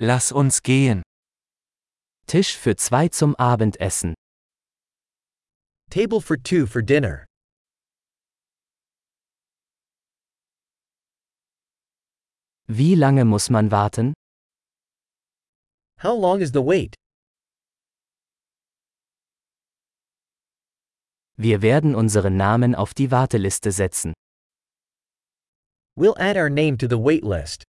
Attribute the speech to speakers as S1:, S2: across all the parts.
S1: Lass uns gehen. Tisch für zwei zum Abendessen.
S2: Table for two for dinner.
S1: Wie lange muss man warten?
S2: How long is the wait?
S1: Wir werden unseren Namen auf die Warteliste setzen.
S2: We'll add our name to the wait list.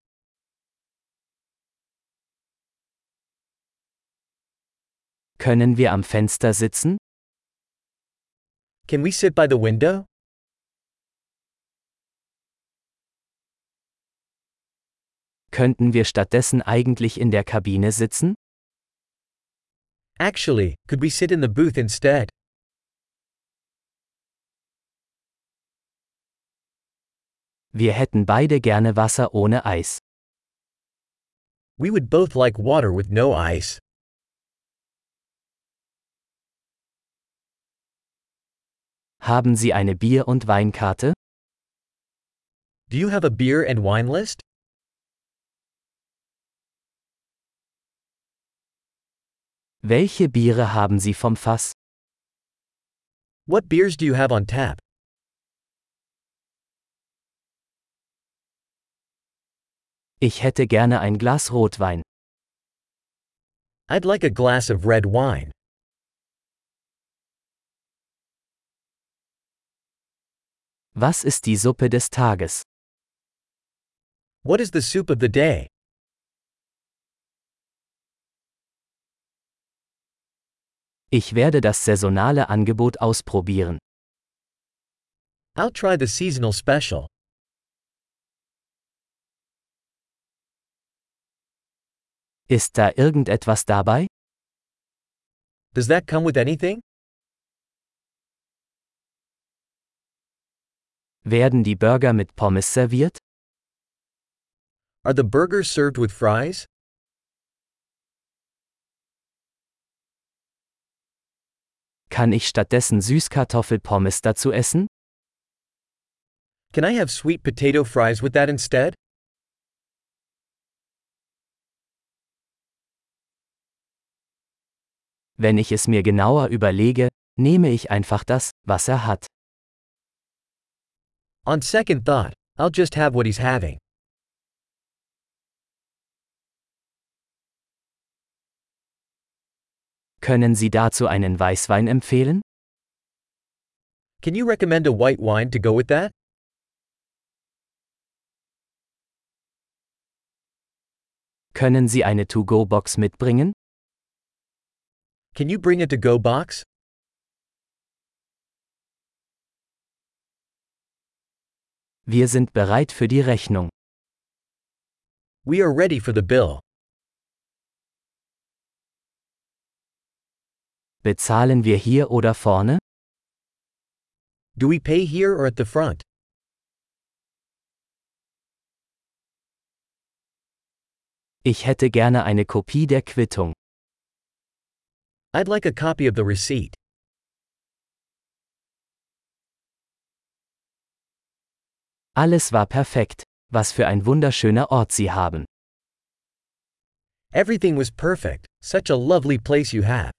S1: Können wir am Fenster sitzen?
S2: Can we sit by the window?
S1: Könnten wir stattdessen eigentlich in der Kabine sitzen?
S2: Actually, could we sit in the booth instead?
S1: Wir hätten beide gerne Wasser ohne Eis.
S2: We would both like water with no ice.
S1: Haben Sie eine Bier- und Weinkarte?
S2: Do you have a beer and wine list?
S1: Welche Biere haben Sie vom Fass?
S2: What beers do you have on tap?
S1: Ich hätte gerne ein Glas Rotwein.
S2: I'd like a glass of red wine.
S1: Was ist die Suppe des Tages?
S2: What is the soup of the day?
S1: Ich werde das saisonale Angebot ausprobieren.
S2: I'll try the seasonal special.
S1: Ist da irgendetwas dabei?
S2: Does that come with anything?
S1: Werden die Burger mit Pommes serviert?
S2: Are the burgers served with fries?
S1: Kann ich stattdessen Süßkartoffelpommes dazu essen?
S2: Can I have sweet potato fries with that instead?
S1: Wenn ich es mir genauer überlege, nehme ich einfach das, was er hat.
S2: On second thought, I'll just have what he's having.
S1: Können Sie dazu einen Weißwein empfehlen?
S2: Can you recommend a white wine to go with that?
S1: Können Sie eine To-Go-Box mitbringen?
S2: Can you bring a to go box?
S1: Wir sind bereit für die Rechnung.
S2: We are ready for the bill.
S1: Bezahlen wir hier oder vorne?
S2: Do we pay here or at the front?
S1: Ich hätte gerne eine Kopie der Quittung.
S2: I'd like a copy of the receipt.
S1: Alles war perfekt. Was für ein wunderschöner Ort Sie haben.
S2: Everything was perfect. Such a lovely place you have.